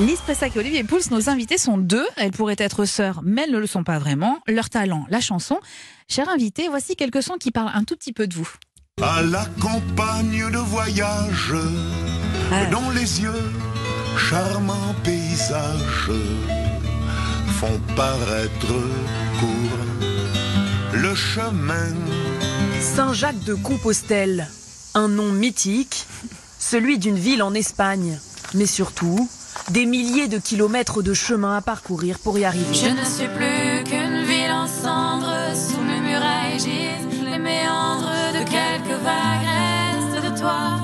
Lise Pressac et Olivier Pouls, nos invités sont deux. Elles pourraient être sœurs, mais elles ne le sont pas vraiment. Leur talent, la chanson. Chers invités, voici quelques sons qui parlent un tout petit peu de vous. À la campagne de voyage, Ah. dont les yeux, charmants paysages, font paraître court le chemin. Saint-Jacques de Compostelle, un nom mythique, celui d'une ville en Espagne, mais surtout des milliers de kilomètres de chemin à parcourir pour y Je arriver. ne suis plus qu'une ville en cendres, sous mes murailles gisent les méandres de quelques vagues restes de toi,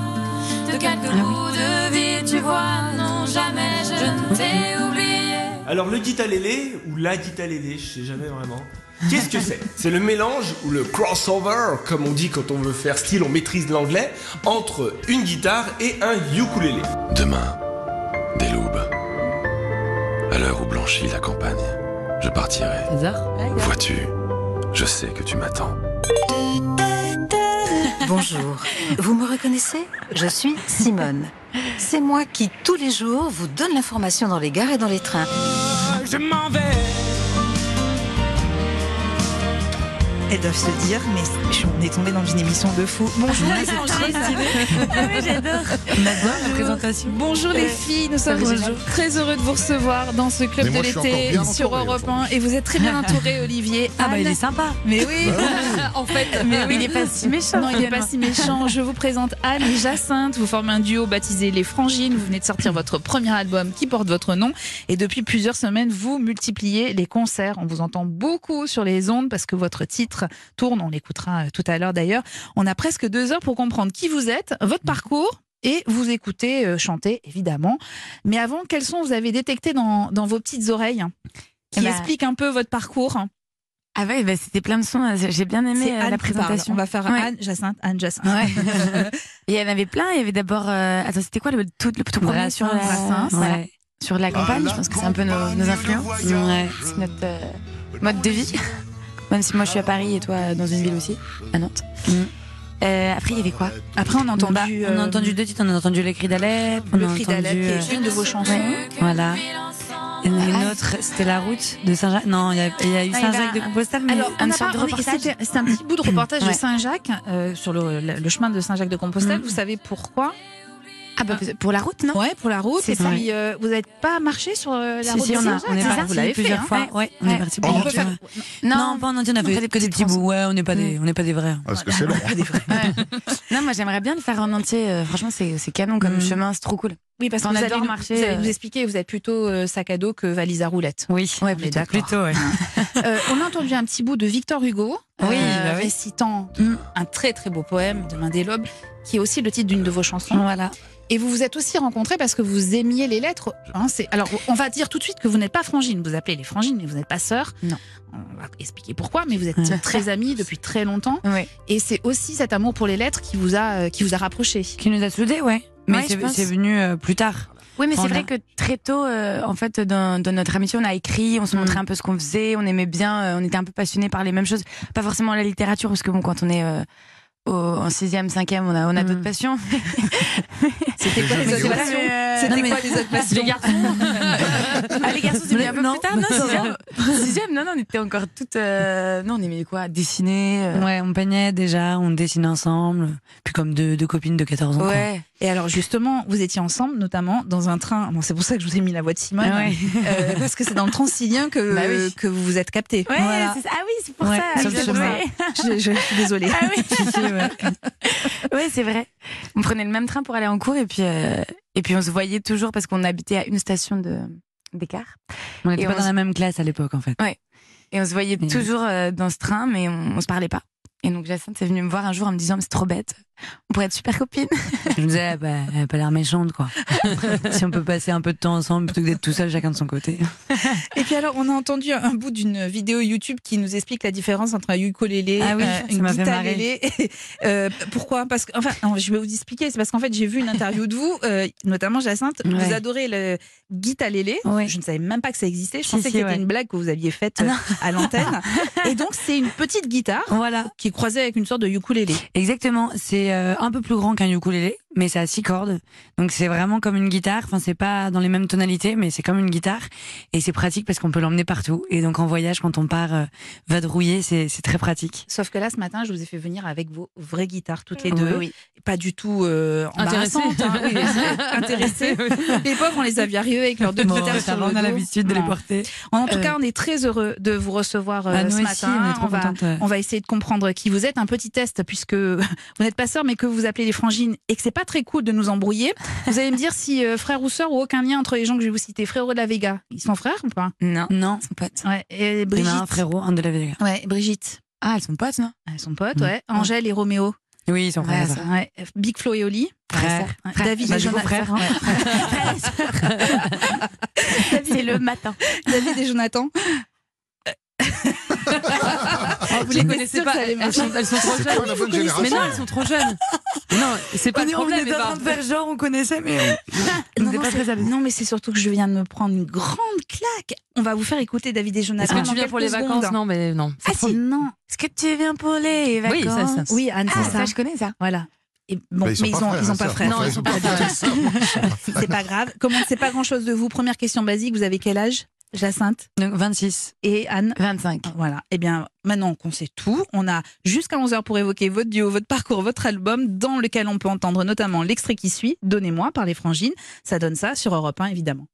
de quelques bouts de vie, tu vois, non jamais je ne t'ai oublié. Alors le guitalélé ou la guitalélé, je sais jamais vraiment. Qu'est-ce que c'est C'est le mélange ou le crossover, comme on dit quand on veut faire style, on maîtrise l'anglais, entre une guitare et un ukulélé. Demain, dès l'aube, à l'heure où blanchit la campagne, je partirai. Vois-tu, je sais que tu m'attends. Bonjour. Vous me reconnaissez Je suis Simone. C'est moi qui, tous les jours, vous donne l'information dans les gares et dans les trains. Elles doivent se dire, mais je- on est tombé dans une émission de fou. Ah, Bonjour les Bonjour les filles, nous sommes très heureux de vous recevoir dans ce club Mais moi, de je suis encore l'été bien sur entouré hein, Europe 1 aujourd'hui. et vous êtes très bien entouré Olivier. Ah, Ah bah, bah, Anne, sympa. Mais oui, en fait, mais oui. Il est pas si méchant, Non, il n'est pas si méchant. Je vous présente Anne et Jacinthe. Vous formez un duo baptisé Les Frangines. Vous venez de sortir votre premier album qui porte votre nom. Et depuis plusieurs semaines, vous multipliez les concerts. On vous entend beaucoup sur les ondes parce que votre titre tourne. On l'écoutera euh, tout à l'heure d'ailleurs. On a presque deux heures pour comprendre qui vous êtes, votre parcours. Et vous écoutez euh, chanter, évidemment. Mais avant, quels sons vous avez détectés dans, dans vos petites oreilles hein, qui Eh Bah. ben, expliquent un peu votre parcours hein. Ah ouais, bah, c'était plein de sons, hein. j'ai bien aimé C'est euh, Anne la qui parle. présentation. On va faire Ouais. Anne, Jacinthe, Anne, Jacinthe. Ouais. Il y en avait plein, il y avait d'abord... euh, Attends, c'était quoi le tout, le tout premier sur la... Brassens. voilà, Sur la campagne, À je pense la que c'est un peu nos, campagne nos de influences. voyage, C'est notre euh, mode de vie. Même si moi je suis à Paris et toi euh, dans une ville aussi, à Nantes. Mm. Euh, après, il y avait quoi Après, on a entendu, Bah, on a euh, entendu deux titres. On a entendu le cri d'Alep. on le a cri entendu, d'Alep, qui est euh, une de vos chansons. Ouais. Voilà. Il y en a une Ah. autre, c'était la route de Saint-Jacques. Non, il y a, il y a eu Ah, il y Saint-Jacques avait de un- Compostelle. mais- Alors, un on a sorte pas- de on- reportage. c'était- C'est un petit bout de reportage de Ouais. Saint-Jacques euh, sur le, le- le chemin de Saint-Jacques de Compostelle. Mm. Vous savez pourquoi Ah bah, pour la route, non Ouais, pour la route. C'est Et ça. puis, euh, vous n'êtes pas marché sur euh, la Si, route si, de on a- Saint-Jacques on est Ah, parti vous l'avez fait, plusieurs hein. fois. Ouais. Ouais, on Ouais. est parti On plusieurs peut fois. faire- Non, pas en entier, on a On fait fait des que des petits petites bouts. Ouais, on n'est pas des, on n'est pas des vrais. hein. Parce que c'est long. hein. Non, moi j'aimerais bien le faire en entier. euh, Franchement, c'est c'est canon comme Mm. chemin, c'est trop cool. Oui, parce que On vous adore allez, nous- marcher, vous allez euh. nous expliquer, vous êtes plutôt euh, sac à dos que valise à roulette. Oui, Ouais, on est plutôt- d'accord. Plutôt, ouais. Euh, on a entendu un petit bout de Victor Hugo, Oui, euh, bah oui. récitant un très très beau poème, Demain des lobes, qui est aussi le titre d'une de vos chansons. Voilà. Et vous vous êtes aussi rencontrés parce que vous aimiez les lettres. hein, c'est- Alors, on va dire tout de suite que vous n'êtes pas frangines. Vous appelez les frangines, mais vous n'êtes pas sœurs. Non. On va expliquer pourquoi, mais vous êtes Ouais. très amies depuis très longtemps. Ouais. Et c'est aussi cet amour pour les lettres qui vous a, euh, qui vous a rapprochés. Qui nous a soudés, ouais. Mais Ouais, je c'est- pense. c'est venu euh, plus tard. Oui, mais c'est Voilà. vrai que très tôt, euh, en fait, dans, dans notre amitié, on a écrit, on se Mm. montrait un peu ce qu'on faisait, on aimait bien, euh, on était un peu passionnés par les mêmes choses. Pas forcément la littérature, parce que bon, quand on est euh, au- en 6e, 5e, on a, on a Mm. d'autres passions. C'était quoi jeux les autres Mais vidéo. voilà, passions mais, euh, C'était non, mais- quoi les autres passions Les garçons Ah, les garçons, c'est Mais bien un peu non, plus tard. mais Non, ça va. sixième. Sixième, non, non, on était encore toutes. euh, Non, on aimait quoi Dessiner. euh, Ouais, on peignait déjà, on dessinait ensemble. Puis comme deux, deux copines de 14 ans. quoi. Ouais. Et alors, justement, vous étiez ensemble, notamment dans un train. Bon, c'est pour ça que je vous ai mis la voix de Simone. Ah ouais. euh, parce que c'est dans le Transilien que, Bah oui. que vous vous êtes captés. Ouais, Voilà. c'est ça. Ah oui, c'est pour Ouais, ça. sur le c'est chemin. vrai. Je, je suis désolée. Ah oui. Si, si, ouais. Ouais, c'est vrai. On prenait le même train pour aller en cours et puis euh, et puis on se voyait toujours parce qu'on habitait à une station de d'écart. On n'était Et pas on dans s- la même classe à l'époque, en fait. Et on se voyait Mhm. toujours euh, dans ce train, mais on, on se parlait pas. Et donc Jacinthe est venue me voir un jour en me disant mais c'est trop bête. On pourrait être super copines. Je me disais, ah, bah, elle a pas l'air méchante, quoi. si on peut passer un peu de temps ensemble plutôt que d'être tout seul, chacun de son côté. Et puis alors, on a entendu un bout d'une vidéo YouTube qui nous explique la différence entre un ukulélé, Ah oui, euh, ça une m'a fait guitare et, euh, pourquoi Parce que, enfin, non, je vais vous expliquer. C'est parce qu'en fait, j'ai vu une interview de vous, euh, notamment Jacinthe. Vous Ouais. adorez le guitalélé. Ouais. Je ne savais même pas que ça existait. Je Si, pensais si, que c'était ouais. une blague que vous aviez faite Ah non. euh, à l'antenne. et donc, c'est une petite guitare Voilà. qui est croisée avec une sorte de ukulélé. Exactement. C'est euh, un peu plus grand qu'un ukulélé. mais c'est à six cordes. Donc c'est vraiment comme une guitare. Enfin, c'est pas dans les mêmes tonalités, mais c'est comme une guitare. Et c'est pratique parce qu'on peut l'emmener partout. Et donc en voyage, quand on part euh, vadrouiller, c'est c'est très pratique. Sauf que là, ce matin, je vous ai fait venir avec vos vraies guitares, toutes les Oui, deux. Ah oui. Pas du tout euh, Intéressées. embarrassantes. hein. Oui, c'est- intéressées. les pauvres, on les a vu arriver avec leurs deux Bon, guitares ça sur va, le on a dos. l'habitude de les Bon. porter. En tout Euh, cas, on est très heureux de vous recevoir euh, Ah, nous ce aussi, matin. on est trop va, contentes, euh. ouais. on va essayer de comprendre qui vous êtes. Un petit test, puisque vous n'êtes pas sœurs, mais que vous appelez les frangines et que c'est pas très cool de nous embrouiller. Vous allez me dire si euh, frère ou sœur ou aucun lien entre les gens que je vais vous citer. Frérot de la Vega, ils sont frères ou pas Non. Non, son pote. Ouais. Et Il y en Brigitte. a un Eh ben, frérot, un de la Vega. Ouais, Brigitte. Ah, elles sont potes, non Elles sont potes, Mm. ouais. Angèle et Roméo. Oui, ils sont frères. Ouais, ouais. Big Flo et Oli. Frères. Ouais, Frères. David Bah, et du coup, Jonathan. frères, hein. Ouais, frères. David et- matin. David et Jonathan. Ah, vous les connaissez pas, elles sont- elles sont trop C'est jeunes. pas la bonne génération. Mais non, elles sont trop jeunes. Non, c'est pas On le est- on problème. est en train de faire genre, on connaissait, mais. Non, non, c'est- non, mais c'est surtout que je viens de me prendre une grande claque. On va vous faire écouter David et Jonathan. Est-ce que tu dans viens pour les quelques vacances secondes. Non, mais non. Ah si, non. Est-ce que tu viens pour les vacances Oui, ça, ça. Oui, Anne, Ah, c'est ça. ça, je connais ça. Voilà. Et bon, Bah, mais ils ils sont ont, pas frères, ils ont hein, pas sœurs. frères. Non, ils sont pas frères. C'est pas grave. Comment c'est pas grand chose de vous Première question basique. Vous avez quel âge, Jacinthe 26. Et Anne 25. Voilà. Eh bien, maintenant qu'on sait tout, on a jusqu'à 11h pour évoquer votre duo, votre parcours, votre album, dans lequel on peut entendre notamment l'extrait qui suit, Donnez-moi, par les frangines. Ça donne ça sur Europe 1, évidemment.